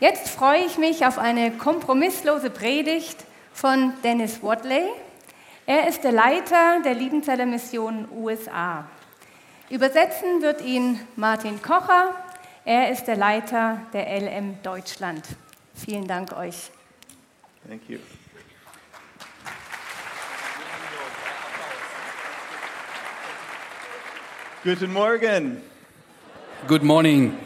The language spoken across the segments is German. Jetzt freue ich mich auf eine kompromisslose Predigt von Dennis Wadley. Er ist der Leiter der Liebenzeller Mission USA. Übersetzen wird ihn Martin Kocher. Er ist der Leiter der LM Deutschland. Vielen Dank euch. Thank you. Guten Morgen. Good morning.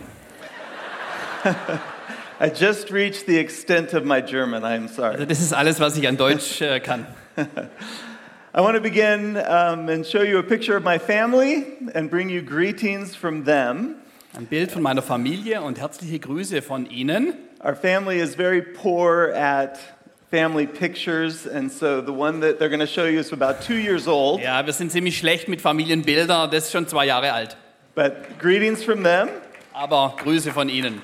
I just reached the extent of my German. I'm Also sorry. das ist alles, was ich an Deutsch äh, kann. I want to begin um, and show you a picture of my family and bring you greetings from them. Ein Bild von meiner Familie und herzliche Grüße von Ihnen. Our family is very poor at family pictures, and so the one that they're going to show you is about two years old. Ja, wir sind ziemlich schlecht mit Familienbildern, das ist schon zwei Jahre alt. But greetings from them. Aber Grüße von Ihnen.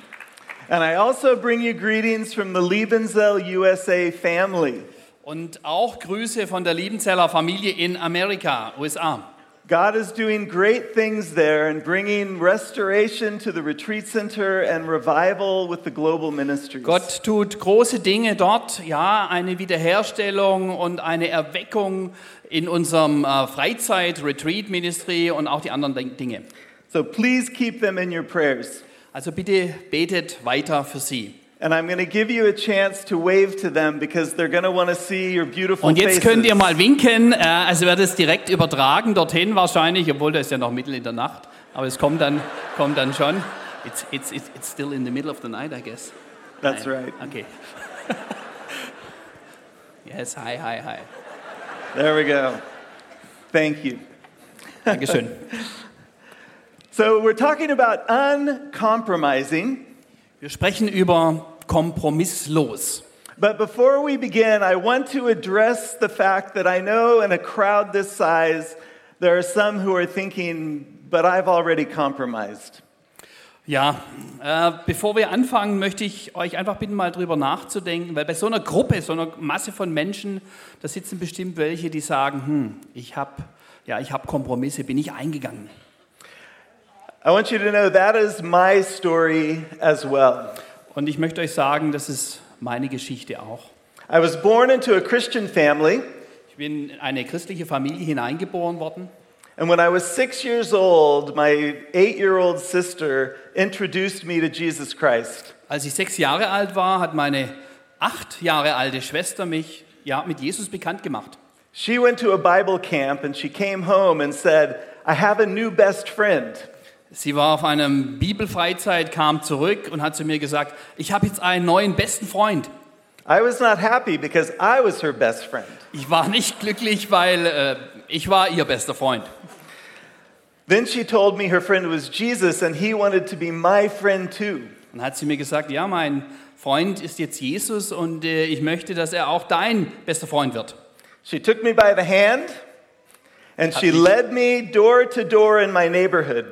And I also bring you greetings from the Liebenzell USA family. Und auch Grüße von der Liebenzeller Familie in Amerika, USA. God is doing great things there and bringing restoration to the retreat center and revival with the global ministries. Gott tut große Dinge dort, ja, eine Wiederherstellung und eine Erweckung in unserem äh, Freizeit-Retreat-Ministry und auch die anderen Ding- Dinge. So please keep them in your prayers. Also bitte betet weiter für sie. And I'm going to give you a chance to wave to them because they're going to want to see your beautiful Und jetzt faces. könnt ihr mal winken. äh, Also wird es direkt übertragen dorthin wahrscheinlich, obwohl da ist ja noch mittel in der Nacht. Aber es kommt dann, kommt dann schon. It's, it's, it's, it's still in the middle of the night, I guess. That's right. Okay. Yes, hi, hi, hi. There we go. Thank you. Dankeschön. So we're talking about uncompromising. Wir sprechen über kompromisslos. But before we begin, I want to address the fact that I know in a crowd this size, there are some who are thinking, but I've already compromised. Ja, äh, bevor wir anfangen, möchte ich euch einfach bitten, mal drüber nachzudenken, weil bei so einer Gruppe, so einer Masse von Menschen, da sitzen bestimmt welche, die sagen, hm, ich habe ja, ich hab Kompromisse, bin ich eingegangen. I want you to know that is my story as well. Und ich möchte euch sagen, das ist meine Geschichte auch. I was born into a Christian family, Ich bin in eine christliche Familie hineingeboren worden. and when I was six years old, my eight year old sister introduced me to Jesus Christ. Als ich sechs Jahre alt war, hat meine acht Jahre alte Schwester mich ja, mit Jesus bekannt gemacht. She went to a Bible camp and she came home and said, I have a new best friend. Sie war auf einem Bibelfreizeit, kam zurück und hat zu mir gesagt, ich habe jetzt einen neuen besten Freund. I was not happy because I was her best friend. Ich war nicht glücklich, weil äh, ich war ihr bester Freund. Then she told me her friend was Jesus and he wanted to be my friend too. Dann hat sie mir gesagt, ja, mein Freund ist jetzt Jesus und äh, ich möchte, dass er auch dein bester Freund wird. She took me by the hand and she led me door to door in my neighborhood.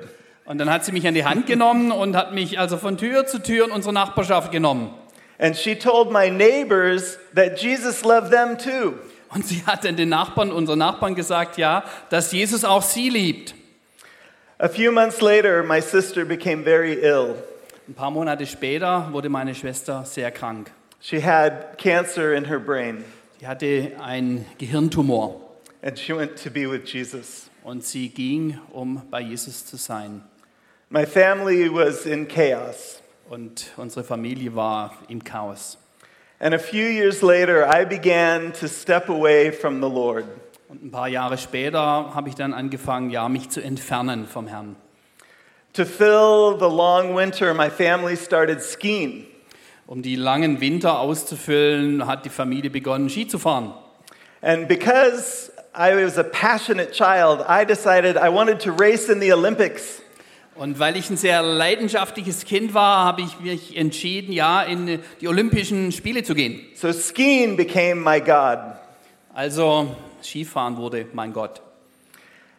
Und dann hat sie mich an die Hand genommen und hat mich also von Tür zu Tür in unsere Nachbarschaft genommen. And she told my neighbors that Jesus loved them too. Und sie hat dann den Nachbarn, unseren Nachbarn gesagt, ja, dass Jesus auch sie liebt. A few months later, my sister became very ill. Ein paar Monate später wurde meine Schwester sehr krank. She had cancer in her brain Sie hatte einen Gehirntumor and she went to be with Jesus. und sie ging, um bei Jesus zu sein. My family was in chaos. Und unsere Familie war im Chaos. And a few years later, I began to step away from the Lord. Und ein paar Jahre später habe ich dann angefangen, ja, mich zu entfernen vom Herrn. To fill the long winter, my family started skiing. Um die langen Winter auszufüllen, hat die Familie begonnen, Ski zu fahren. And because I was a passionate child, I decided I wanted to race in the Olympics. Und weil ich ein sehr leidenschaftliches Kind war, habe ich mich entschieden, ja, in die Olympischen Spiele zu gehen. So skiing became my God. Also Skifahren wurde mein Gott.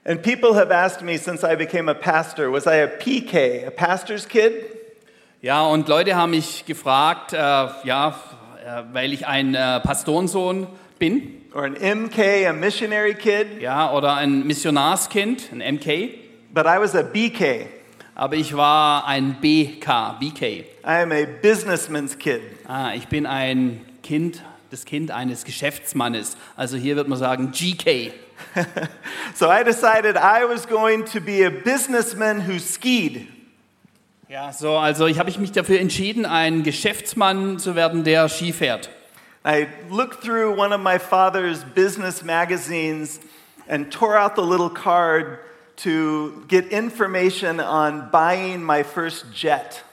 And people have asked me since I became a pastor, was I a PK, a pastor's kid? Ja, und Leute haben mich gefragt, äh, ja, äh, weil ich ein äh, Pastorensohn bin, Or an MK, a missionary kid? ja, oder ein Missionarskind, ein MK. But I was a BK. Aber ich war ein BK, BK. I am a businessman's kid. Ah, ich bin ein Kind, das Kind eines Geschäftsmannes. Also hier wird man sagen GK. So I decided I was going to be a businessman who skied. Ja, so, also ich habe ich mich dafür entschieden, ein Geschäftsmann zu werden, der Ski fährt. I looked through one of my father's business magazines and tore out the little card to get information on buying my first jet.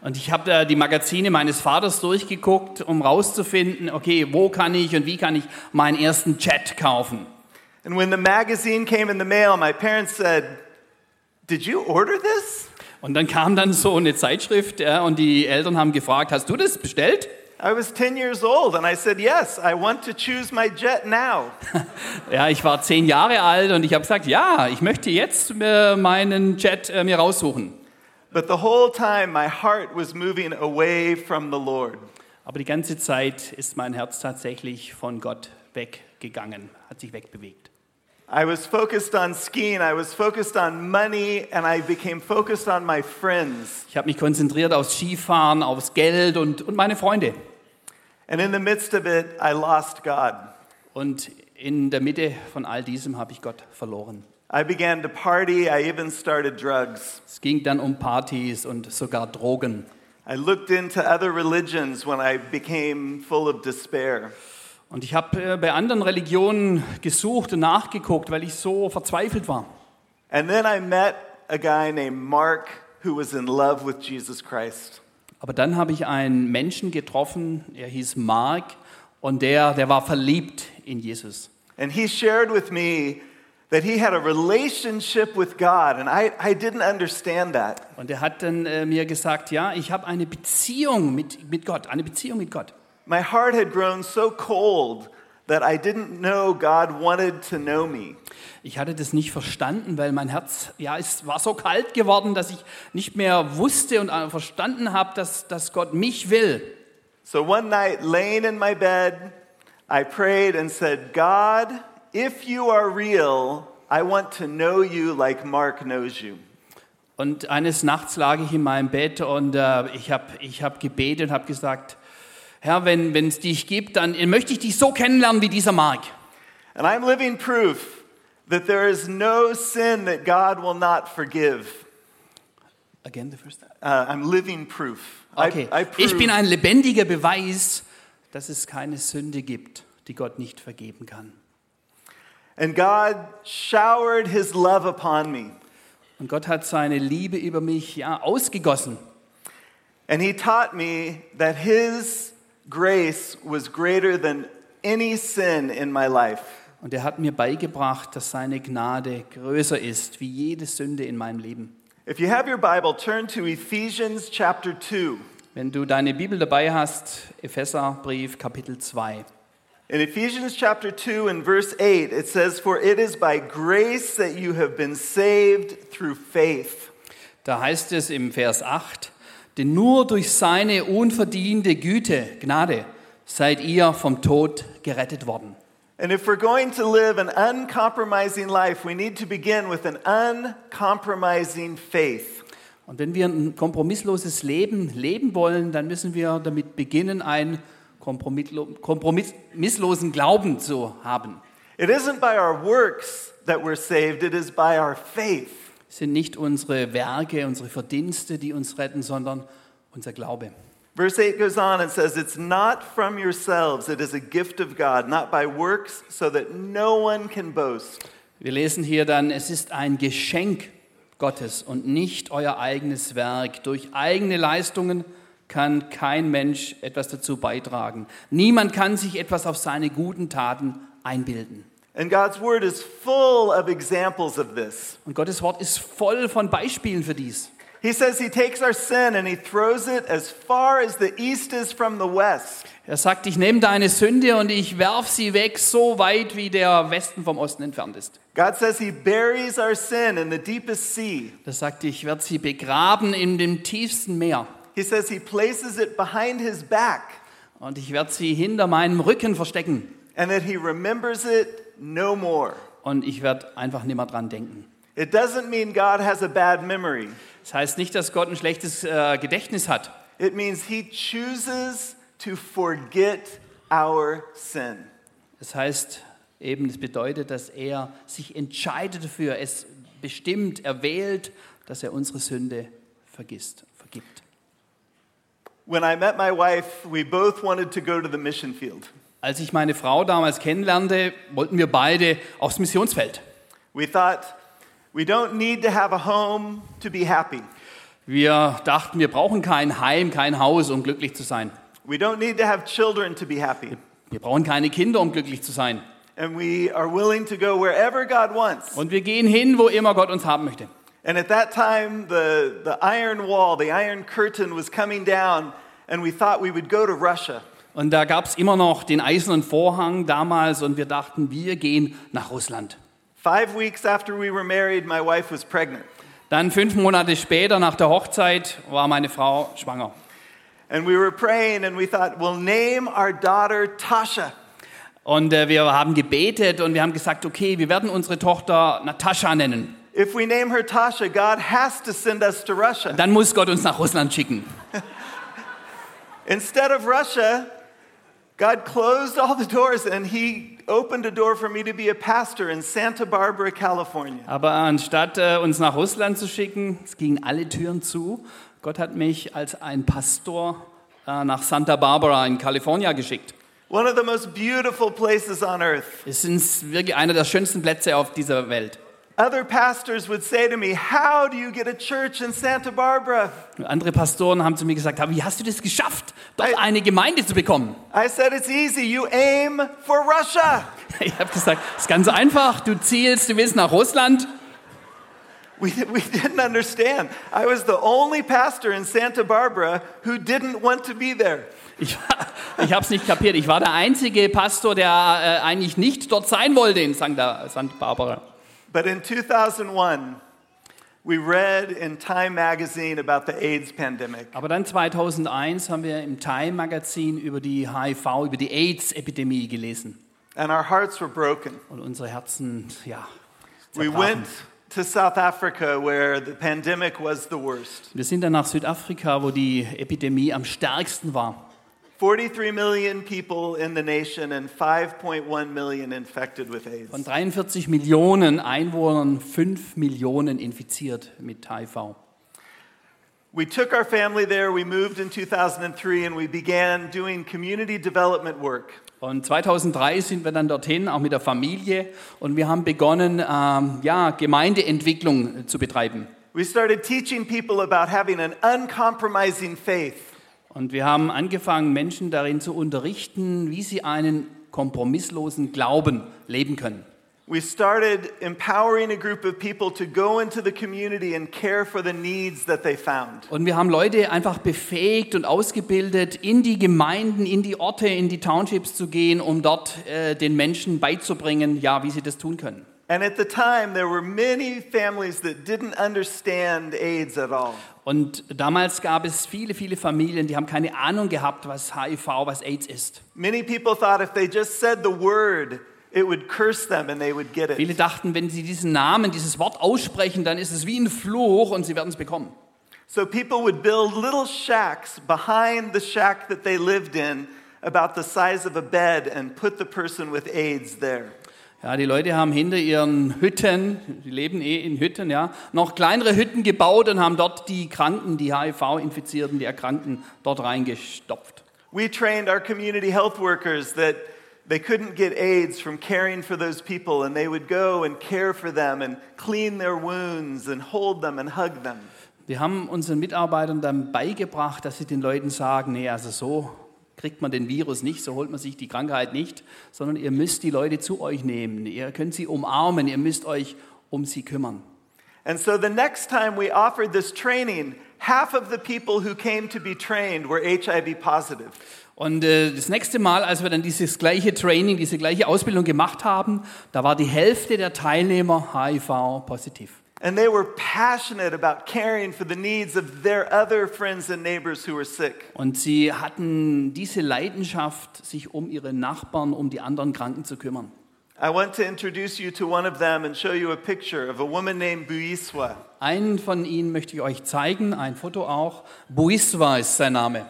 Und ich habe da die Magazine meines Vaters durchgeguckt, um rauszufinden, okay, wo kann ich und wie kann ich meinen ersten Jet kaufen? And when the magazine came in the mail, my parents said, Did you order this? Und dann kam dann so eine Zeitschrift ja, und die Eltern haben gefragt, hast du das bestellt? I was 10 years old and I said, Yes, I want to choose my jet now. Ja, ich war zehn Jahre alt und ich habe gesagt, ja, ich möchte jetzt äh, meinen Jet äh, mir raussuchen. But the whole time, my heart was moving away from the Lord. Aber die ganze Zeit ist mein Herz tatsächlich von Gott weggegangen, hat sich wegbewegt. I was focused on skiing, I was focused on money, and I became focused on my friends. Ich habe mich konzentriert aufs Skifahren, aufs Geld und, und meine Freunde. And in the midst of it, I lost God. Und in der Mitte von all diesem habe ich Gott verloren. I began to party, I even started drugs. Es ging dann um Partys und sogar Drogen. I looked into other religions when I became full of despair. Und ich habe äh, bei anderen Religionen gesucht und nachgeguckt, weil ich so verzweifelt war. And then I met a guy named Mark who was in love with Jesus Christ. Aber dann habe ich einen Menschen getroffen, er hieß Mark und der, der war verliebt in Jesus. And he shared with me that he had a relationship with God, and I, I didn't understand that. Und er hat dann äh, mir gesagt, ja, ich habe eine Beziehung mit, mit Gott, eine Beziehung mit Gott. My heart had grown so cold that I didn't know God wanted to know me. Ich hatte das nicht verstanden, weil mein Herz, ja, es war so kalt geworden, dass ich nicht mehr wusste und äh, verstanden habe, dass, dass Gott mich will. So one night, laying in my bed, I prayed and said, God, if you are real, I want to know you like Mark knows you. Und eines Nachts lag ich in meinem Bett und äh, ich habe ich hab gebetet und habe gesagt, Herr, wenn es dich gibt, dann möchte ich dich so kennenlernen wie dieser Mark. And I'm living proof that there is no sin that God will not forgive. Again, the first Uh, I'm living proof. I- okay. I, ich prove bin ein lebendiger Beweis, dass es keine Sünde gibt, die Gott nicht vergeben kann. And God showered his love upon me. Und Gott hat seine Liebe über mich ja ausgegossen. And he taught me that his grace was greater than any sin in my life. Und er hat mir beigebracht, dass seine Gnade größer ist wie jede Sünde in meinem Leben. If you have your Bible, turn to Ephesians chapter 2. Wenn du deine Bibel dabei hast, Epheserbrief Kapitel 2. In Ephesians chapter 2 and verse 8, it says, For it is by grace that you have been saved through faith. Da heißt es im Vers 8, denn nur durch seine unverdiente Güte, Gnade, seid ihr vom Tod gerettet worden. And if we're going to live an uncompromising life, we need to begin with an uncompromising faith. Und wenn wir ein kompromissloses Leben leben wollen, dann müssen wir damit beginnen, einen kompromitlo- kompromisslosen Glauben zu haben. It isn't by our works that we're saved, it is by our faith. Es sind nicht unsere Werke, unsere Verdienste, die uns retten, sondern unser Glaube. Verse 8 goes on and says, It's not from yourselves, it is a gift of God, not by works, so that no one can boast. Wir lesen hier dann, es ist ein Geschenk Gottes und nicht euer eigenes Werk. Durch eigene Leistungen kann kein Mensch etwas dazu beitragen. Niemand kann sich etwas auf seine guten Taten einbilden. And God's word is full of examples of this. Und Gottes Wort ist voll von Beispielen für dies. He says he takes our sin and he throws it as far as the east is from the west. Er sagt, ich nehme deine Sünde und ich werf sie weg, so weit wie der Westen vom Osten entfernt ist. God says he buries our sin in the deepest sea. Er sagt, ich werde sie begraben in dem tiefsten Meer He says he places it behind his back und ich werde sie hinter meinem Rücken verstecken and that he remembers it no more. und ich werde einfach nicht mehr dran denken. It doesn't mean God has a bad memory. Das heißt nicht, dass Gott ein schlechtes äh, Gedächtnis hat. It means he chooses to forget our sin. Das heißt eben, es bedeutet, dass er sich entscheidet dafür, es bestimmt, er wählt, dass er unsere Sünde vergisst, vergibt. When I met my wife, we both wanted to go to the mission field. Als ich meine Frau damals kennenlernte, wollten wir beide aufs Missionsfeld. We thought we don't need to have a home to be happy. Wir dachten, wir brauchen kein Heim, kein Haus, um glücklich zu sein. We don't need to have children to be happy. Wir brauchen keine Kinder, um glücklich zu sein. And we are willing to go wherever God wants. Und wir gehen hin, wo immer Gott uns haben möchte. And at that time, the, the iron wall, the iron curtain was coming down, and we thought we would go to Russia. Und da gab es immer noch den eisernen Vorhang damals und wir dachten, wir gehen nach Russland. Five weeks after we were married, my wife was pregnant. Dann fünf Monate später, nach der Hochzeit, war meine Frau schwanger. And we were praying, and we thought, we'll name our daughter Tasha. Und äh, wir haben gebetet und wir haben gesagt, okay, wir werden unsere Tochter Natascha nennen. If we name her Tasha, God has to send us to Russia. Dann muss Gott uns nach Russland schicken. Instead of Russia, God closed all the doors and He opened a door for me to be a pastor in Santa Barbara, California. Aber anstatt äh, uns nach Russland zu schicken, es gingen alle Türen zu. Gott hat mich als ein Pastor äh, nach Santa Barbara in Kalifornien geschickt. One of the most beautiful places on earth. Es ist wirklich einer der schönsten Plätze auf dieser Welt. Other pastors would say to me, How do you get a church in Santa Barbara? Und andere Pastoren haben zu mir gesagt, "Aber wie hast du das geschafft, dort eine Gemeinde zu bekommen? I said, It's easy. You aim for Russia. Ich habe gesagt, es ist ganz einfach, du zielst, du willst nach Russland. We, we didn't understand. I was the only pastor in Santa Barbara who didn't want to be there. Ich, ich habe es nicht kapiert. Ich war der einzige Pastor, der äh, eigentlich nicht dort sein wollte in Santa, Santa Barbara. But in 2001, we read in Time magazine about the AIDS pandemic. Aber dann 2001 haben wir im Time-Magazin über die HIV, über die AIDS-Epidemie gelesen. and our hearts were broken. Und unsere Herzen, ja, We zerbrachen. went to South Africa where the pandemic was the worst. Wir sind dann nach Südafrika, wo die Epidemie am stärksten war. 43 million people in the nation and 5.1 million infected with AIDS. Von 43 Millionen Einwohnern, 5 Millionen infiziert mit HIV. We took our family there, we moved in 2003, and we began doing community development work. Und 2003 sind wir dann dorthin, auch mit der Familie. Und wir haben begonnen, ähm, ja, Gemeindeentwicklung zu betreiben. We started teaching people about having an uncompromising faith. Und wir haben angefangen, Menschen darin zu unterrichten, wie sie einen kompromisslosen Glauben leben können. We started empowering a group of people to go into the community and care for the needs that they found. Und wir haben Leute einfach befähigt und ausgebildet, in die Gemeinden, in die Orte, in die Townships zu gehen, um dort äh, den Menschen beizubringen, ja, wie sie das tun können. And at the time, there were many families that didn't understand AIDS at all. Und damals gab es viele, viele Familien, die haben keine Ahnung gehabt, was HIV, was AIDS ist. Many people thought if they just said the word, it would curse them and they would get Viele it. dachten, wenn sie diesen Namen, dieses Wort aussprechen, dann ist es wie ein Fluch und sie werden es bekommen. So people would build little shacks behind the shack that they lived in, about the size of a bed, and put the person with AIDS there. Ja, die Leute haben hinter ihren Hütten, die leben eh in Hütten, ja, noch kleinere Hütten gebaut und haben dort die Kranken, die HIV-Infizierten, die Erkrankten dort reingestopft. We trained our community health workers that they couldn't get AIDS from caring for those people, and they would go and care for them and clean their wounds and hold them and hug them. Wir haben unseren Mitarbeitern dann beigebracht, dass sie den Leuten sagen, nee, also so kriegt man den Virus nicht, so holt man sich die Krankheit nicht, sondern ihr müsst die Leute zu euch nehmen, ihr könnt sie umarmen, ihr müsst euch um sie kümmern. And so the next time we offered this training, half of the people who came to be trained were HIV positive. Und äh, das nächste Mal, als wir dann dieses gleiche Training, diese gleiche Ausbildung gemacht haben, da war die Hälfte der Teilnehmer HIV-positiv. And they were passionate about caring for the needs of their other friends and neighbors who were sick. Und sie hatten diese Leidenschaft, sich um ihre Nachbarn, um die anderen Kranken zu kümmern. I want to introduce you to one of them and show you a picture of a woman named Buiswa. Einen von ihnen möchte ich euch zeigen, ein Foto auch. Buiswa ist sein Name.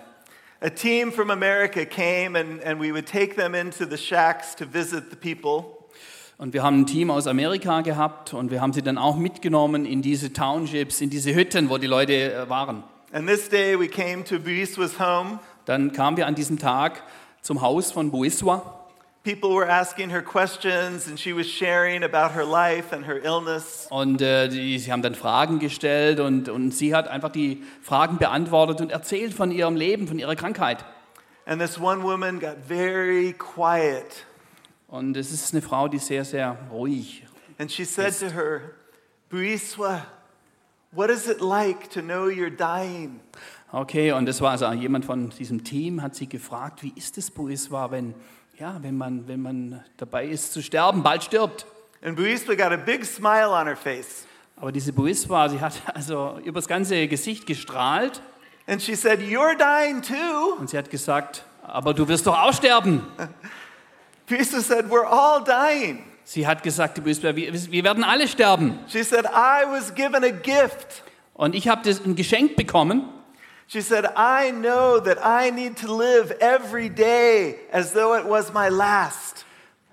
A team from America came and, and we would take them into the shacks to visit the people. Und wir haben ein Team aus Amerika gehabt und wir haben sie dann auch mitgenommen in diese Townships, in diese Hütten, wo die Leute äh, waren. And this day we came to Buiswa's home. Dann kamen wir an diesem Tag zum Haus von Buiswa. People were asking her questions and she was sharing about her life and her illness. Und äh, die, sie haben dann Fragen gestellt und, und sie hat einfach die Fragen beantwortet und erzählt von ihrem Leben, von ihrer Krankheit. And this one woman got very quiet Und es ist eine Frau, die sehr, sehr ruhig. and she said to her, Buiswa, what is it like to know you're dying? Okay, und das war also jemand von diesem Team, hat sie gefragt, wie ist es, Buiswa, wenn, ja, wenn, man, wenn man dabei ist zu sterben, bald stirbt. And Buiswa got a big smile on her face. Aber diese Buiswa, sie hat also übers ganze Gesicht gestrahlt And she said, You're dying too. und sie hat gesagt, aber du wirst doch auch sterben. Buiswa said, We're all dying. Sie hat gesagt, die Buiswa, wir, wir werden alle sterben. She said, I was given a gift. Und ich habe das ein Geschenk bekommen. She said, I know that I need to live every day as though it was my last.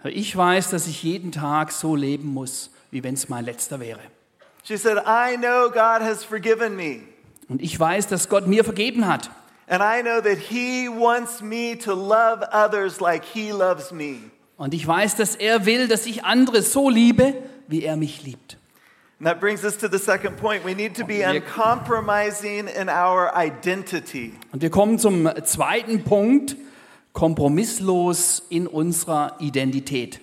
Ich weiß, dass ich jeden Tag so leben muss, wie wenn es mein letzter wäre. She said, I know God has forgiven me. Und ich weiß, dass Gott mir vergeben hat. And I know that He wants me to love others like He loves me. Und ich weiß, dass er will, dass ich andere so liebe, wie er mich liebt. And that brings us to the second point. We need to be Okay. uncompromising in our identity. Und wir kommen zum zweiten Punkt, kompromisslos in unserer Identität.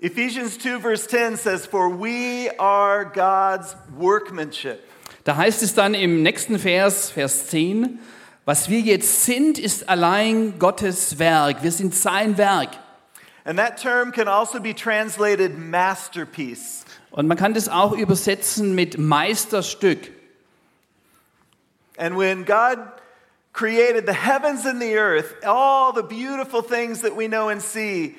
Ephesians 2, verse 10 says, For we are God's workmanship. Da heißt es dann im nächsten Vers, Vers 10, was wir jetzt sind, ist allein Gottes Werk. Wir sind sein Werk. And that term can also be translated masterpiece. Und man kann das auch übersetzen mit Meisterstück. And when God created the heavens and the earth, all the beautiful things that we know and see,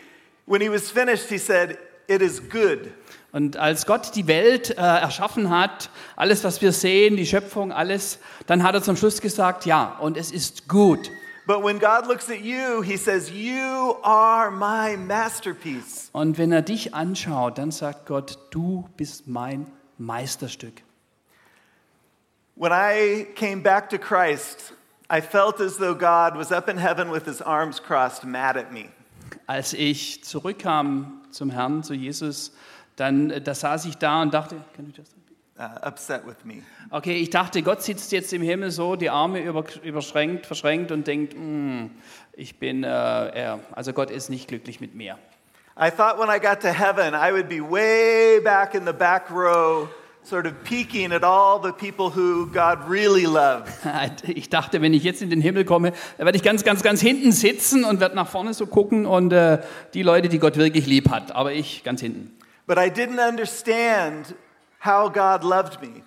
when he was finished, he said, It is good. Und als Gott die Welt äh, erschaffen hat, alles, was wir sehen, die Schöpfung, alles, dann hat er zum Schluss gesagt, ja, und es ist gut. But when God looks at you, he says, You are my masterpiece. Und wenn er dich anschaut, dann sagt Gott, du bist mein Meisterstück. When I came back to Christ, I felt as though God was up in heaven with his arms crossed, mad at me. Als ich zurückkam zum Herrn, zu Jesus, dann äh, da saß ich da und dachte, Kann ich das- Uh, upset with me. okay, ich dachte, Gott sitzt jetzt im Himmel so, die Arme über, überschränkt, verschränkt und denkt, "Hm, ich bin, äh, er, also Gott ist nicht glücklich mit mir. I thought when I got to heaven, I would be way back in the back row, sort of peeking at all the people who God really loved. Ich dachte, wenn ich jetzt in den Himmel komme, dann werde ich ganz, ganz, ganz hinten sitzen und werde nach vorne so gucken und äh, die Leute, die Gott wirklich lieb hat, aber ich ganz hinten. But I didn't understand how God loved me.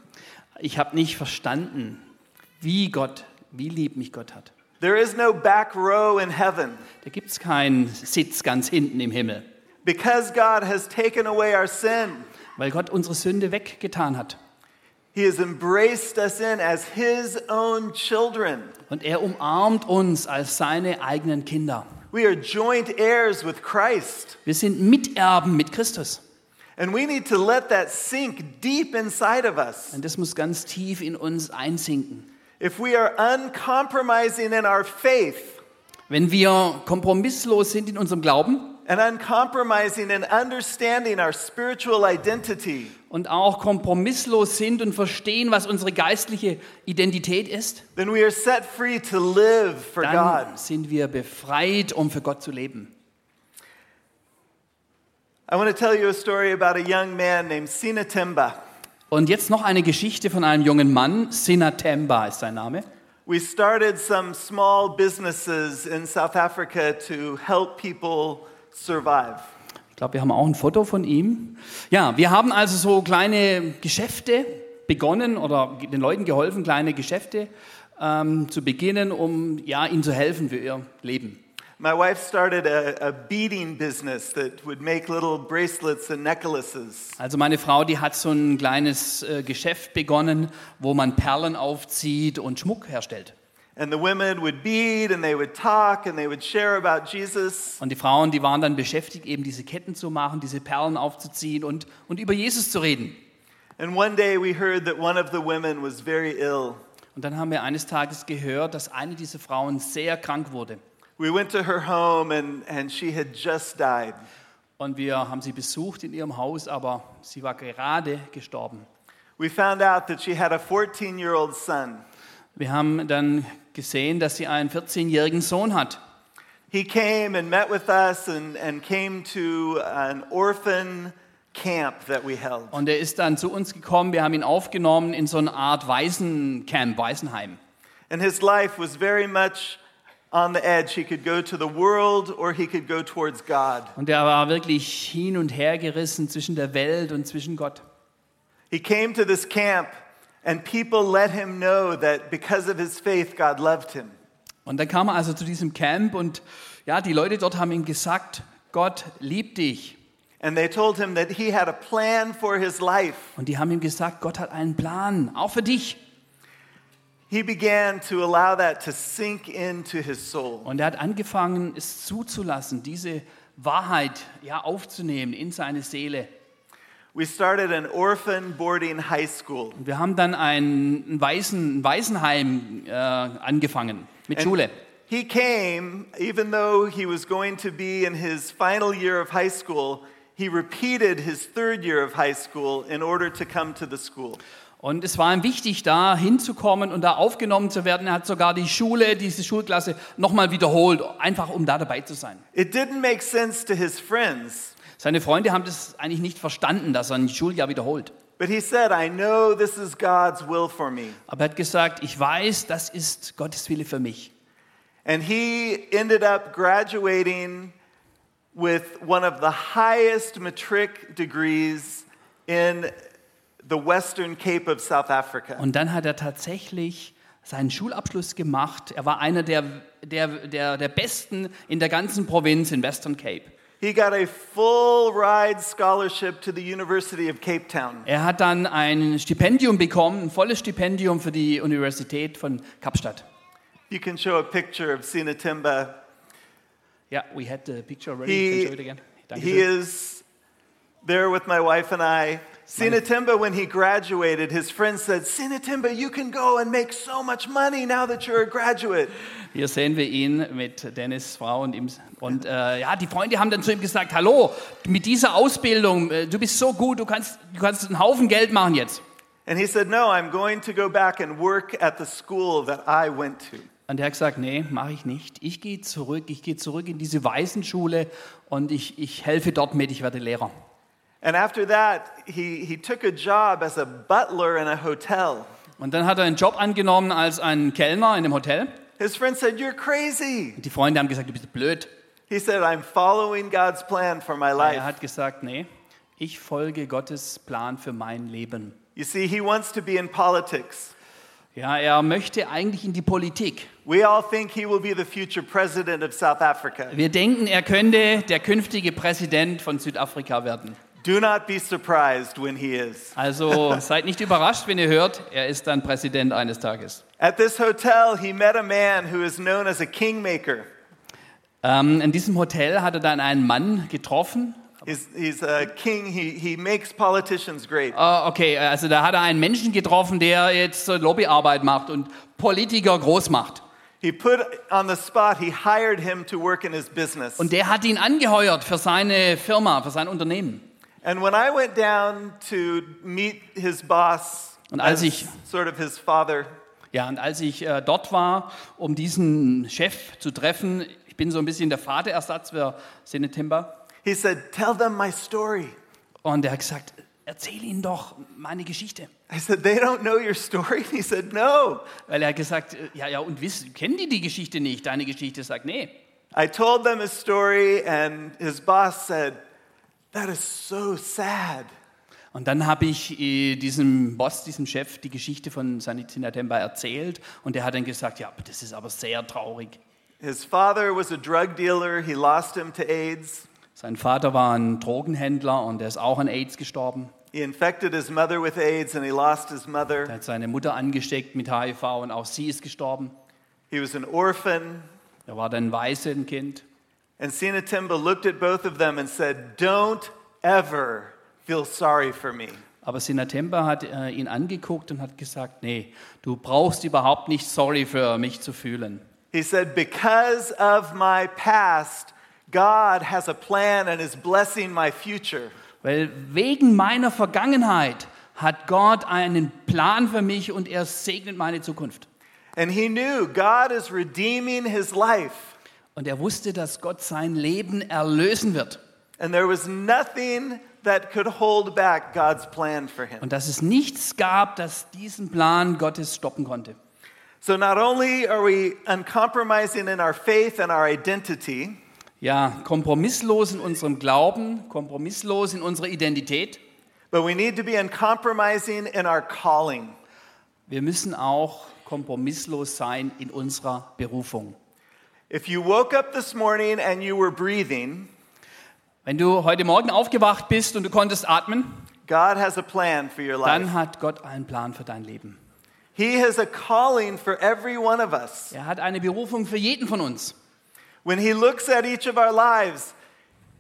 Ich habe nicht verstanden, wie Gott, wie lieb mich Gott hat. There is no back row in heaven. Da gibt es keinen Sitz ganz hinten im Himmel, Because God has taken away our sin, weil Gott unsere Sünde weggetan hat. He has embraced us in as His own children. Und er umarmt uns als seine eigenen Kinder. We are joint heirs with Christ. Wir sind Miterben mit Christus. And we need to let that sink deep inside of us. Und das muss ganz tief in uns einsinken. If we are uncompromising in our faith Wenn wir kompromisslos sind in unserem Glauben and uncompromising in understanding our spiritual identity, und auch kompromisslos sind und verstehen, was unsere geistliche Identität ist, then we are set free to live for dann God. sind wir befreit, um für Gott zu leben. I want to tell you a story about a young man named Sina Timba. Und jetzt noch eine Geschichte von einem jungen Mann, Sinatemba ist sein Name. We started some small businesses in South Africa to help people survive. Ich glaube, wir haben auch ein Foto von ihm. Ja, wir haben also so kleine Geschäfte begonnen oder den Leuten geholfen, kleine Geschäfte ähm, zu beginnen, um ja, ihnen zu helfen für ihr Leben. My wife started a, a beading business that would make little bracelets and necklaces. Also meine Frau, die hat so ein kleines äh, Geschäft begonnen, wo man Perlen aufzieht und Schmuck herstellt. And the women would bead and they would talk and they would share about Jesus. Und die Frauen, die waren dann beschäftigt, eben diese Ketten zu machen, diese Perlen aufzuziehen und, und über Jesus zu reden. And one day we heard that one of the women was very ill. Und dann haben wir eines Tages gehört, dass eine dieser Frauen sehr krank wurde. We went to her home and, and she had just died. Und wir haben sie besucht in ihrem Haus, aber sie war gerade gestorben. We found out that she had a 14 year old son. Wir haben dann gesehen, dass sie einen 14-jährigen Sohn hat. He came and met with us and, and came to an orphan camp that we held. Und er ist dann zu uns gekommen, wir haben ihn aufgenommen in so eine Art Waisencamp, Waisenheim. And his life was very much on the edge. He could go to the world or he could go towards God. Und er war wirklich hin und her gerissen zwischen der Welt und zwischen Gott. He came to this camp and people let him know that because of his faith, God loved him. Und dann kam er also zu diesem Camp und ja, die Leute dort haben ihm gesagt, Gott liebt dich. And they told him that he had a plan for his life. Und die haben ihm gesagt, Gott hat einen Plan, auch für dich. He began to allow that to sink into his soul. Und er hat angefangen, es zuzulassen, diese Wahrheit ja aufzunehmen in seine Seele. We started an orphan boarding high school. Und wir haben dann ein Waisen, ein Waisenheim äh, angefangen mit And Schule. He came, even though he was going to be in his final year of high school, he repeated his third year of high school in order to come to the school. Und es war ihm wichtig, da hinzukommen und da aufgenommen zu werden. Er hat sogar die Schule, diese Schulklasse nochmal wiederholt, einfach um da dabei zu sein. It didn't make sense to his friends, Seine Freunde haben das eigentlich nicht verstanden, dass er ein Schuljahr wiederholt. but he said, I know this is God's will for me. Aber er hat gesagt, ich weiß, das ist Gottes Wille für mich. And he ended up graduating with one of the highest matric degrees in the Western Cape of South Africa. Und dann hat er tatsächlich seinen Schulabschluss gemacht. Er war einer der, der, der, der Besten in der ganzen Provinz in Western Cape. He got a full ride scholarship to the University of Cape Town. Er hat dann ein Stipendium bekommen, ein volles Stipendium für die Universität von Kapstadt. You can show a picture of Sina Timba. Ja, we had the picture already. You He, can show it again. he Dankeschön. is there with my wife and I. Sina Timba, when he graduated, his friends said, Sina Timba, you can go and make so much money now that you're a graduate. Hier sehen wir ihn mit Dennis Frau und ihm. Und äh, ja, die Freunde haben dann zu ihm gesagt: Hallo, mit dieser Ausbildung, äh, du bist so gut, du kannst, du kannst einen Haufen Geld machen jetzt. And he said, No, I'm going to go back and work at the school that I went to. Und er hat gesagt, nee, mache ich nicht. Ich gehe zurück, ich gehe zurück in diese Waisenschule und ich, ich helfe dort mit, ich werde Lehrer. And after that, he, he took a job as a butler in a hotel. Und dann hat er einen Job angenommen als ein Kellner in einem Hotel. His friends said, You're crazy. Und die Freunde haben gesagt, du bist blöd. He said, I'm following God's plan for my Er life. hat gesagt, nee, ich folge Gottes Plan für mein Leben. You see, he wants to be in politics. Ja, er möchte eigentlich in die Politik. We all think he will be the future president of South Africa. Wir denken, er könnte der künftige Präsident von Südafrika werden. Do not be surprised when he is. Also seid nicht überrascht, wenn ihr hört, er ist dann Präsident eines Tages. At this hotel, he met a man who is known as a kingmaker. Ähm, in diesem Hotel hat er dann einen Mann getroffen. He's, he's a king, he, he makes politicians great. Ah, okay, also da hat er einen Menschen getroffen, der jetzt so Lobbyarbeit macht und Politiker groß macht. He put on the spot, he hired him to work in his business. Und der hat ihn angeheuert für seine Firma, für sein Unternehmen. And when I went down to meet his boss, Und als as ich- sort of his father, Ja, und als ich äh, dort war, um diesen Chef zu treffen, ich bin so ein bisschen der Vaterersatz, wir sind in Timber, he said, Tell them my story. und er hat gesagt, erzähl ihnen doch meine Geschichte. I said, They don't know your story? He said, No. Weil er hat gesagt, äh, ja, ja, und wissen, kennen die die Geschichte nicht? Deine Geschichte sagt, nee. I told them his story, and his boss said, That is so sad. Und dann habe ich äh, diesem Boss, diesem Chef, die Geschichte von Sanitina Temba erzählt und er hat dann gesagt, ja, aber das ist aber sehr traurig. His father was a drug dealer, he lost him to AIDS. Sein Vater war ein Drogenhändler und er ist auch an AIDS gestorben. He infected his mother with AIDS and he lost his Er mother. hat seine Mutter angesteckt mit HIV und auch sie ist gestorben. He was an orphan. Er war dann Waisenkind. And Sinatimba looked at both of them and said, Don't ever feel sorry for me. Aber Sinatemba hat äh, ihn angeguckt und hat gesagt, nee, du brauchst überhaupt nicht sorry für mich zu fühlen. He said, Because of my past, God has a plan and is blessing my future. Weil wegen meiner Vergangenheit hat Gott einen Plan für mich und er segnet meine Zukunft. And he knew God is redeeming his life. Und er wusste, dass Gott sein Leben erlösen wird. And there was nothing that could hold back God's plan for him. Und dass es nichts gab, das diesen Plan Gottes stoppen konnte. So not only are we uncompromising in our faith and our identity, Ja, kompromisslos in unserem Glauben, kompromisslos in unserer Identität. But we need to be uncompromising in our calling. Wir müssen auch kompromisslos sein in unserer Berufung. If you woke up this morning and you were breathing, Wenn du heute Morgen aufgewacht bist und du konntest atmen, God has a plan for your life. dann hat Gott einen Plan für dein Leben. He has a calling for every one of us. Er hat eine Berufung für jeden von uns. When He looks at each of our lives,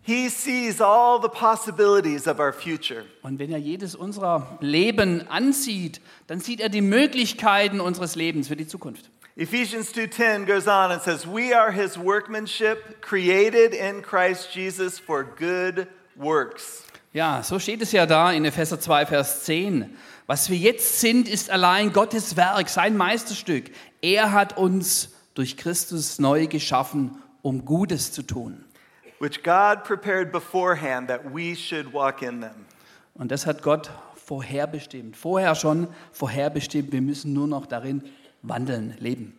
He sees all the possibilities of our future. Und wenn er jedes unserer Leben ansieht, dann sieht er die Möglichkeiten unseres Lebens für die Zukunft. Ephesians 2:10 goes on and says, "We are his workmanship, created in Christ Jesus for good works." Ja, so steht es ja da in Epheser 2, Vers 10. Was wir jetzt sind, ist allein Gottes Werk, sein Meisterstück. Er hat uns durch Christus neu geschaffen, um Gutes zu tun. Which God prepared beforehand that we should walk in them. Und das hat Gott vorherbestimmt. Vorher schon vorherbestimmt. Wir müssen nur noch darin wandeln, leben.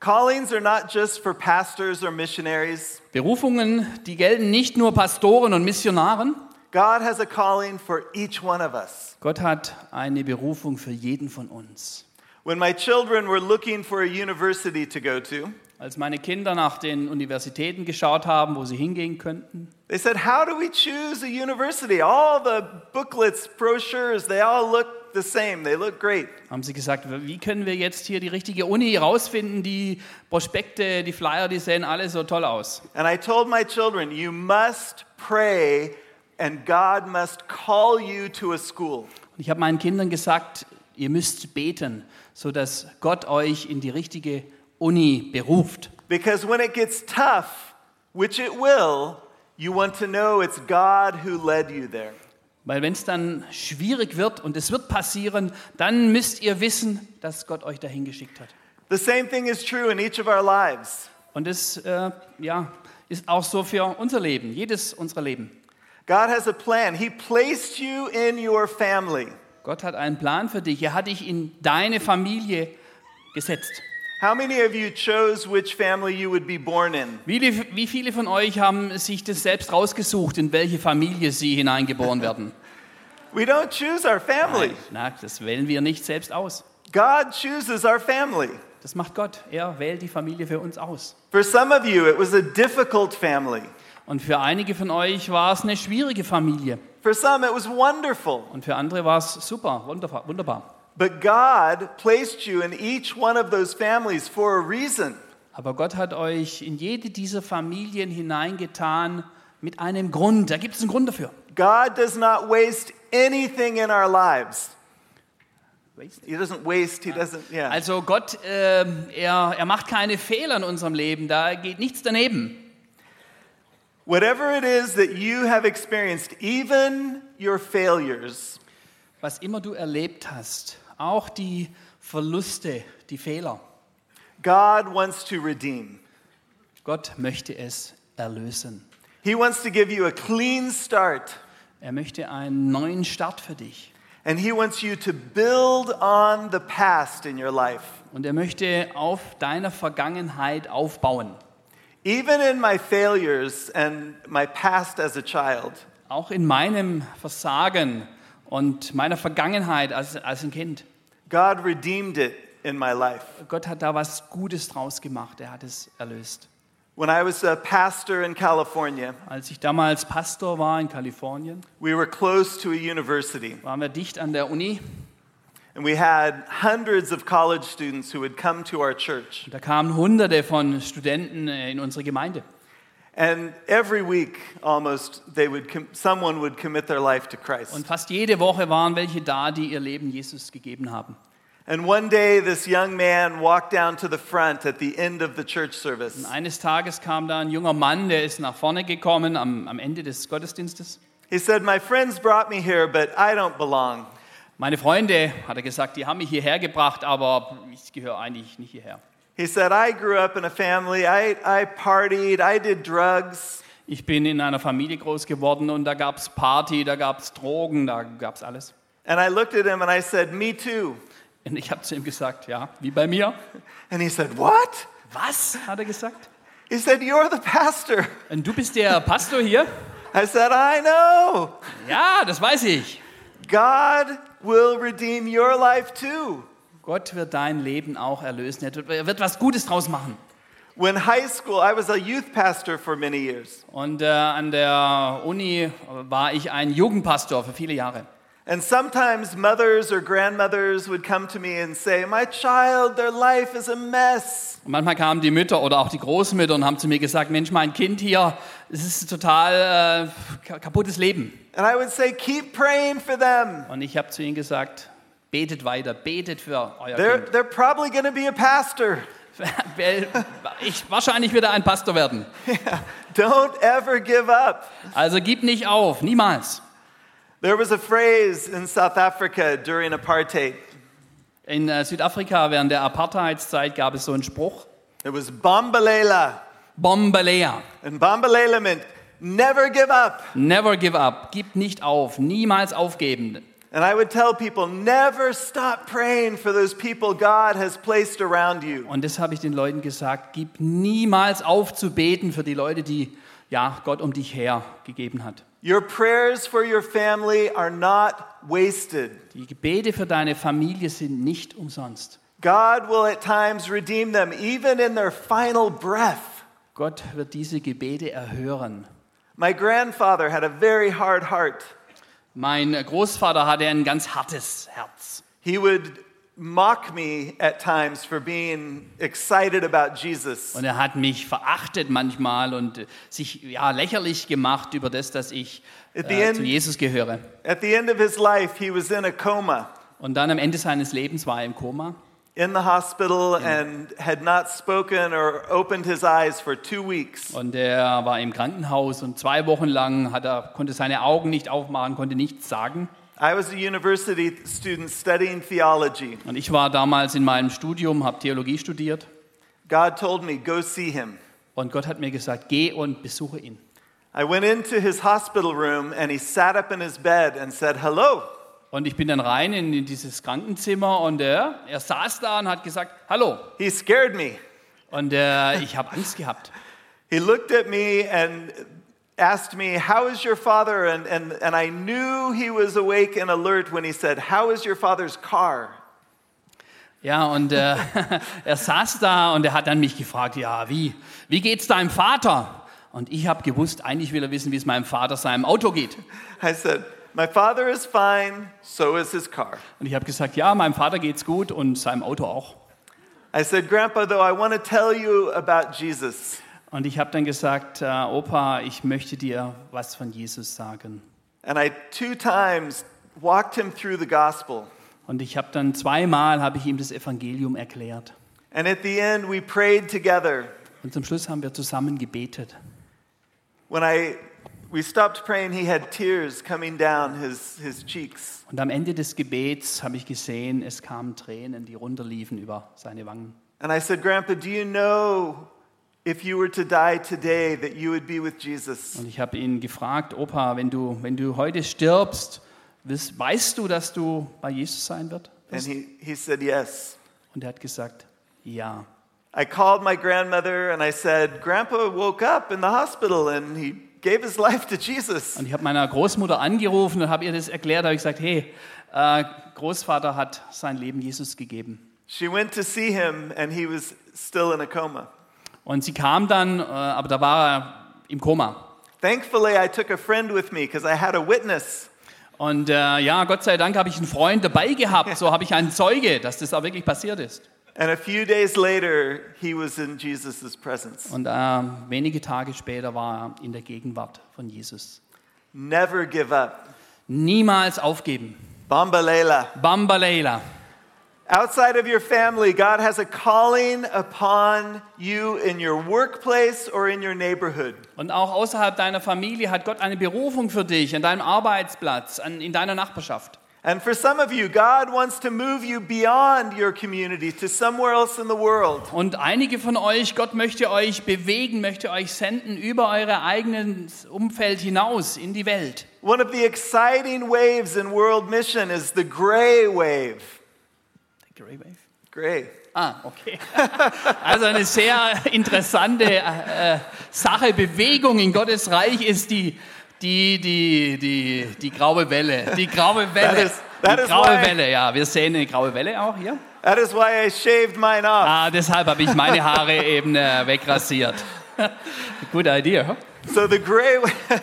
Callings are not just for pastors or missionaries. Berufungen, die gelten nicht nur Pastoren und Missionaren. God has a calling for each one of us. Gott hat eine Berufung für jeden von uns. When my children were looking for a university to go to, Als meine Kinder nach den Universitäten geschaut haben, wo sie hingehen könnten, they said, How do we choose a university? All the booklets, brochures, they all look the same. They look great. haben sie gesagt, wie können wir jetzt hier die richtige Uni rausfinden? Die Prospekte, die Flyer, die sehen alle so toll aus. And I told my children, You must pray and God must call you to a school. Und ich habe meinen Kindern gesagt, ihr müsst beten, sodass Gott euch in die richtige Uni beruft. Because when it gets tough, which it will, you want to know it's God who led you there. Weil wenn es dann schwierig wird und es wird passieren, dann müsst ihr wissen, dass Gott euch dahin geschickt hat. The same thing is true in each of our lives. Und das äh, ja, ist auch so für unser Leben, jedes unserer Leben. God has a plan. He placed you in your family. Gott hat einen Plan für dich. Er hat dich in deine Familie gesetzt. How many of you chose which family you would be born in? Wie, die, wie viele von euch haben sich das selbst rausgesucht, in welche Familie sie hineingeboren werden? We don't choose our family. Nein, na, das wählen wir nicht selbst aus. God chooses our family. Das macht Gott. Er wählt die Familie für uns aus. For some of you, it was a difficult family. Und für einige von euch war es eine schwierige Familie. For some, it was wonderful. Und für andere war es super, wunderbar. wunderbar. But God placed you in each one of those families for a reason. Aber Gott hat euch in jede dieser Familien hineingetan mit einem Grund. Da gibt es einen Grund dafür. God does not waste anything in our lives. He doesn't waste, He doesn't, yeah. Also Gott, ähm, er, er macht keine Fehler in unserem Leben. Da geht nichts daneben. Whatever it is that you have experienced, even your failures, Was immer du erlebt hast, auch die Verluste, die Fehler, God wants to redeem. Gott möchte es erlösen. He wants to give you a clean start, Er möchte einen neuen Start für dich. and He wants you to build on the past in your life. Und er möchte auf deiner Vergangenheit aufbauen. Even in my failures and my past as a child, Auch in meinem Versagen und meiner Vergangenheit als, als ein Kind. God redeemed it in my life. Gott hat da was Gutes draus gemacht. Er hat es erlöst. When I was a pastor in California, Als ich damals Pastor war in Kalifornien, we were close to a university, waren wir dicht an der Uni. and we had hundreds of college students who would come to our church. Da kamen Hunderte von Studenten äh, in unsere Gemeinde. And every week, almost, they would com- someone would commit their life to Und Christ. fast jede Woche waren welche da, die ihr Leben Jesus gegeben haben. And one day, this young man walked down to the front at the end of the church service. Und eines Tages kam da ein junger Mann, der ist nach vorne gekommen am, am Ende des Gottesdienstes. He said, My friends brought me here, but I don't belong. Meine Freunde, hat er gesagt, die haben mich hierher gebracht, aber ich gehöre eigentlich nicht hierher. He said, I grew up in a family, I, I partied, I did drugs, Ich bin in einer Familie groß geworden und da gab es Party, da gab es Drogen, da gab es alles. and I looked at him and I said, Me too. Und ich habe zu ihm gesagt, ja, wie bei mir. And he said, What? Was? hat er gesagt. He said, You're the pastor. Und du bist der Pastor hier? I said, I know. Ja, das weiß ich. God will redeem your life too. Gott wird dein Leben auch erlösen. Er wird- er wird was Gutes draus machen. When high school, I was a youth pastor for many years. Und äh, an der Uni war ich ein Jugendpastor für viele Jahre. And sometimes mothers or grandmothers would come to me and say, My child, their life is a mess. Und manchmal kamen die Mütter oder auch die Großmütter und haben zu mir gesagt, Mensch, mein Kind hier, es ist ein total äh, ka- kaputtes Leben. And I would say, Keep praying for them. Und ich habe zu ihnen gesagt, betet weiter, betet für euer They're, Kind. they're probably going to be a pastor. Weil ich wahrscheinlich wieder ein Pastor werden. Don't ever give up. Also gib nicht auf, niemals. There was a phrase in South Africa during apartheid. In äh, Südafrika während der Apartheidszeit gab es so einen Spruch, It was Bombalela. Bombalea, And Bombalela meant never give up. never give up, gib nicht auf, niemals aufgeben. And I would tell people, never stop praying for those people God has placed around you. Und das habe ich den Leuten gesagt, gib niemals auf zu beten für die Leute, die ja, Gott um dich her gegeben hat. Your prayers for your family are not wasted. Die Gebete für deine Familie sind nicht umsonst. God will at times redeem them, even in their final breath. Gott wird diese Gebete erhören. My grandfather had a very hard heart. Mein Großvater hatte ein ganz hartes Herz. He would mock me at times for being excited about Jesus. Und er hat mich verachtet manchmal und äh, sich ja, lächerlich gemacht über das, dass ich At the äh, end- zu Jesus gehöre. At the end of his life, he was in a coma. Und dann am Ende seines Lebens war er im Koma in the hospital and had not spoken or opened his eyes for two weeks. und er war im Krankenhaus und zwei Wochen lang hat er, konnte seine Augen nicht aufmachen, konnte nichts sagen. I was a university student studying theology. Und ich war damals in meinem Studium, habe Theologie studiert God told me, go see him. und Gott hat mir gesagt, geh und besuche ihn. I went into his hospital room and he sat up in his bed and said, Hello. Und ich bin dann rein in in dieses Krankenzimmer und er, er saß da und hat gesagt, hallo. He scared me. Und äh, ich habe Angst gehabt. He looked at me and asked me, How is your father? And, and, and I knew he was awake and alert when he said, How is your father's car? Ja, und äh, er saß da und er hat dann mich gefragt, ja, wie, wie geht's deinem Vater? Und ich habe gewusst, eigentlich will er wissen, wie es meinem Vater seinem Auto geht. I said, My father is fine, so is his car. Und ich habe gesagt, ja, meinem Vater geht's gut und seinem Auto auch. I said, Grandpa, though, I want to tell you about Jesus. Und ich habe dann gesagt, äh, Opa, ich möchte dir was von Jesus sagen. And I two times walked him through the gospel. Und ich habe dann zweimal habe ich ihm das Evangelium erklärt. And at the end, we prayed together. Und zum Schluss haben wir zusammen gebetet. when I we stopped praying, he had tears coming down his, his cheeks. Und am Ende des Gebets habe ich gesehen, es kamen Tränen, die runterliefen über seine Wangen. And I said, Grandpa, do you know if you were to die today that you would be with Jesus? Und ich habe ihn gefragt, Opa, wenn du, wenn du heute stirbst, wiss- weißt du, dass du bei Jesus sein wird? And he, he said, Yes. Und er hat gesagt, ja. I called my grandmother and I said, Grandpa woke up in the hospital and he gave his life to Jesus. Und ich habe meiner Großmutter angerufen und habe ihr das erklärt. Da habe ich gesagt, hey, äh, Großvater hat sein Leben Jesus gegeben. She went to see him and he was still in a coma. Und sie kam dann, äh, aber da war er im Koma. Thankfully, I took a friend with me because I had a witness. Und äh, ja, Gott sei Dank habe ich einen Freund dabei gehabt. So habe ich einen Zeuge, dass das auch wirklich passiert ist. And a few days later, he was in Jesus' presence. Und äh, wenige Tage später war er in der Gegenwart von Jesus. Never give up. Niemals aufgeben. Bambalela. Bamba Leila. Outside of your family, God has a calling upon you in your workplace or in your neighborhood. Und auch außerhalb deiner Familie hat Gott eine Berufung für dich, an deinem Arbeitsplatz, an, in deiner Nachbarschaft. And for some of you, God wants to move you beyond your community to somewhere else in the world. Und einige von euch, Gott möchte euch bewegen, möchte euch senden über euer eigenes Umfeld hinaus in die Welt. One of the exciting waves in world mission is the gray wave. Gray. Ah, okay. Also eine sehr interessante äh, äh, Sache, Bewegung in Gottes Reich ist die, die, die, die, die graue Welle. Die graue Welle. That is- that die is graue why- Welle, ja. Wir sehen eine graue Welle auch hier. That is why I shaved mine off. Ah, deshalb habe ich meine Haare eben äh, wegrasiert. Gute Idee, huh? So the gray wave.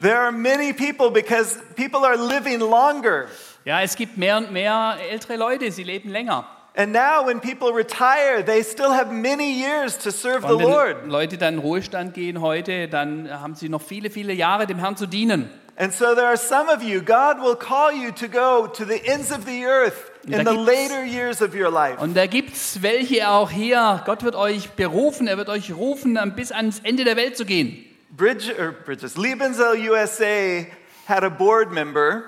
there are many people because people are living longer. Ja, es gibt mehr und mehr ältere Leute, sie leben länger. And now, when people retire, they still have many years to serve the Und wenn Lord. Leute dann in Ruhestand gehen heute, dann haben sie noch viele, viele Jahre dem Herrn zu dienen. And so, there are some of you, God will call you to go to the ends of the earth in Da the gibt's- later years of your life. Und da gibt es welche auch hier. Gott wird euch berufen, er wird euch rufen, um bis ans Ende der Welt zu gehen. Bridge, or Bridges, Liebenzell USA had a board member.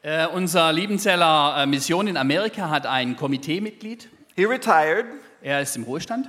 Äh, unser Liebenzeller äh, Mission in Amerika hat ein Komiteemitglied. He retired, Er ist im Ruhestand.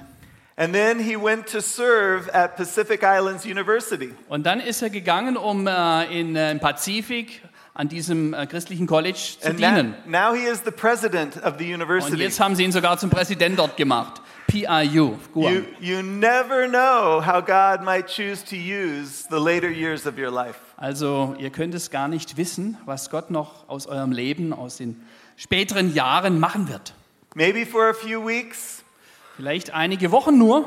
and then he went to serve at Pacific Islands University. Und dann ist er gegangen, um äh, in, äh, im Pazifik an diesem äh, christlichen College zu And dienen. now, now he is the president of the Und university. jetzt haben sie ihn sogar zum Präsident dort gemacht. PIU, Guam. You, you never know how God might choose to use the later years of your life. Also ihr könnt es gar nicht wissen, was Gott noch aus eurem Leben, aus den späteren Jahren machen wird. Maybe for a few weeks, Vielleicht einige Wochen nur,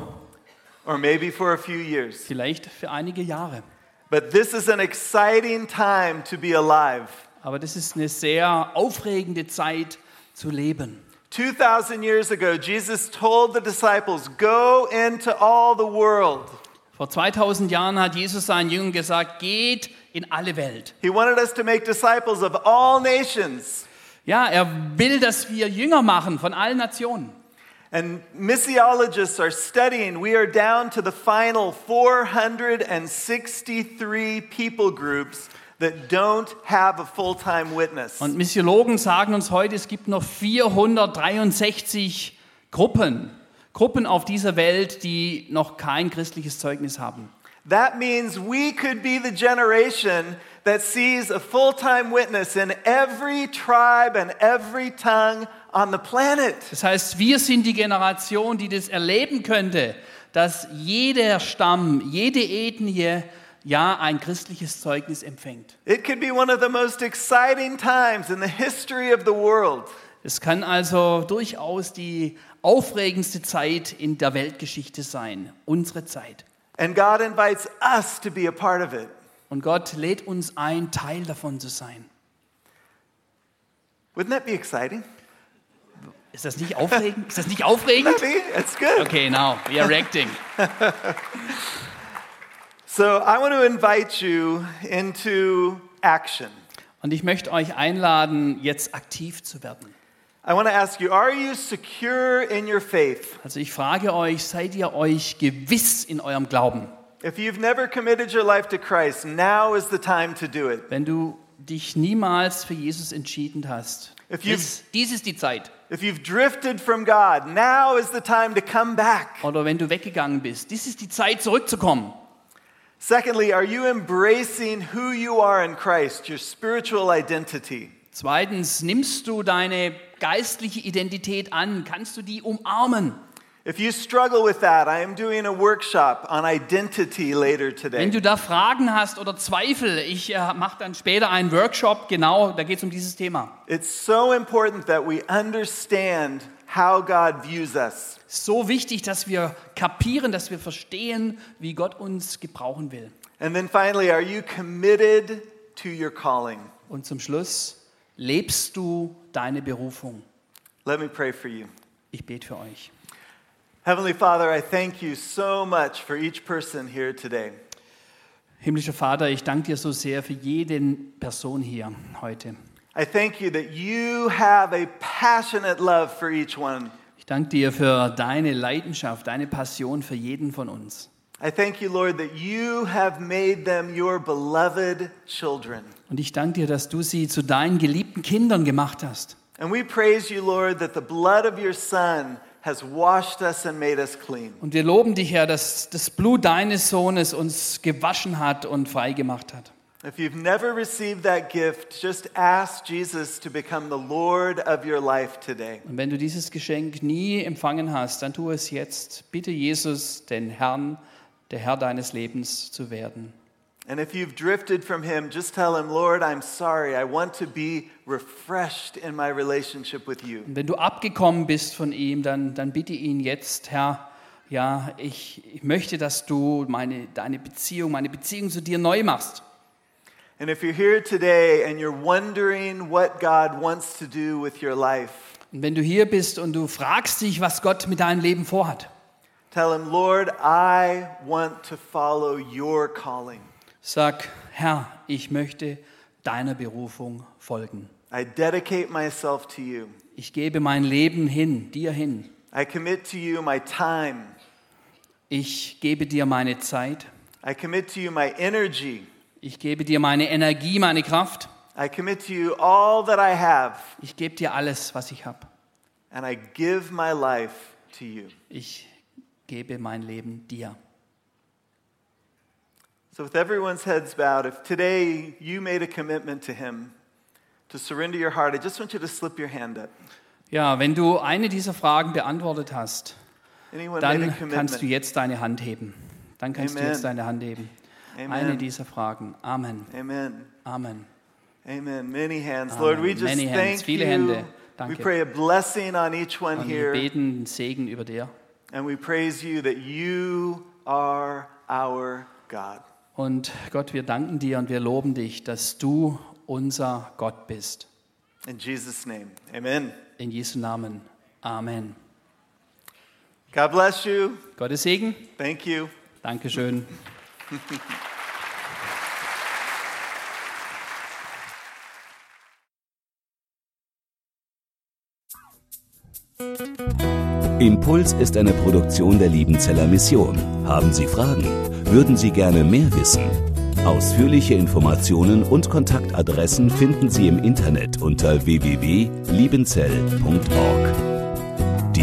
or maybe for a few years. vielleicht für einige Jahre. But this is an exciting time to be alive. Aber das ist eine sehr aufregende Zeit zu leben. 2,000 years ago, Jesus told the disciples, Go into all the world. Vor 2000 Jahren hat Jesus seinen Jüngern gesagt, geht in alle Welt. He wanted us to make disciples of all nations. Ja, er will, dass wir Jünger machen von allen Nationen. And missiologists are studying. We are down to the final 463 people groups that don't have a full time witness. Und Missiologen sagen uns heute, es gibt noch 463 Gruppen, Gruppen auf dieser Welt, die noch kein christliches Zeugnis haben. That means we could be the generation that sees a full time witness in every tribe and every tongue on the planet. Das heißt, wir sind die Generation, die das erleben könnte, dass jeder Stamm, jede Ethnie ja ein christliches Zeugnis empfängt. It could be one of the most exciting times in the history of the world. Es kann also durchaus die aufregendste Zeit in der Weltgeschichte sein, unsere Zeit. And God invites us to be a part of it. Und Gott lädt uns ein, Teil davon zu sein. Wouldn't that be exciting? Ist das nicht aufregend? Ist das nicht aufregend? Maybe. It's good. Okay, now we are acting. So I want to invite you into action. Und ich möchte euch einladen, jetzt aktiv zu werden. I want to ask you are you secure in your faith? Also ich frage euch, seid ihr euch gewiss in eurem Glauben? If you've never committed your life to Christ, now is the time to do it. Wenn du dich niemals für Jesus entschieden hast, If you- dies, dies ist die Zeit. If you've drifted from God, now is the time to come back. Oder wenn du weggegangen bist, dies ist die Zeit, zurückzukommen. Secondly, are you embracing who you are in Christ, your spiritual identity? Zweitens, nimmst du deine geistliche Identität an? Kannst du die umarmen? If you struggle with that, I am doing a workshop on identity later Wenn today. du da Fragen hast oder Zweifel, ich äh, mache dann später einen Workshop, genau, da geht es um dieses Thema. It's so important that we understand how God views us. So wichtig, dass wir kapieren, dass wir verstehen, wie Gott uns gebrauchen will. And then finally, are you committed to your calling? Und zum Schluss, lebst du deine Berufung? Let me pray for you. Ich bete für euch. Heavenly Father, I thank you so much for each person here today. Himmlischer Vater, ich danke dir so sehr für jede Person hier heute. I thank you that you have a passionate love for each one. Ich danke dir für deine Leidenschaft, deine Passion für jeden von uns. I thank you, Lord, that you have made them your beloved children. Und ich danke dir, dass du sie zu deinen geliebten Kindern gemacht hast. And we praise you, Lord, that the blood of your Son has washed us and made us clean. Und wir loben dich, Herr, dass das Blut deines Sohnes uns gewaschen hat und frei gemacht hat. If you've never received that gift, just ask Jesus to become the Lord of your life today. Und wenn du dieses Geschenk nie empfangen hast, dann tu es jetzt. Bitte Jesus, den Herrn, der Herr deines Lebens zu werden. And if you've drifted from him, just tell him, Lord, I'm sorry. I want to be refreshed in my relationship with you. Und wenn du abgekommen bist von ihm, dann, dann bitte ihn jetzt, Herr, ja, ich, ich möchte, dass du meine, deine Beziehung, meine Beziehung zu dir neu machst. And if you're here today and you're wondering what God wants to do with your life, Und wenn du hier bist und du fragst dich, was Gott mit deinem Leben vorhat, tell him, Lord, I want to follow your calling. sag, Herr, ich möchte deiner Berufung folgen. I dedicate myself to you. Ich gebe mein Leben hin, dir hin. I commit to you my time. Ich gebe dir meine Zeit. I commit to you my energy. Ich gebe dir meine Energie, meine Kraft. I commit to you all that I have. Ich gebe dir alles, was ich habe. And I give my life to you. Ich gebe mein Leben dir. So, with everyone's heads bowed, if today you made a commitment to Him to surrender your heart, I just want you to slip your hand up. Ja, wenn du eine dieser Fragen beantwortet hast, Anyone made a dann kannst du commitment? jetzt deine Hand heben. Dann kannst du Amen. jetzt deine Hand heben. Amen. Eine dieser Fragen. Amen. Amen. Amen. Amen. Many hands. Lord, we just Many hands. thank Viele you. Hände. We Danke. pray a blessing on each one Und wir here. beten einen Segen über dir. And we praise you that you are our God. Und Gott, wir danken dir und wir loben dich, dass du unser Gott bist. In Jesus' name. Amen. In Jesu Namen. Amen. God bless you. Gottes Segen. Thank you. Dankeschön. Impuls ist eine Produktion der Liebenzeller Mission. Haben Sie Fragen? Würden Sie gerne mehr wissen? Ausführliche Informationen und Kontaktadressen finden Sie im Internet unter www.liebenzell.org. Die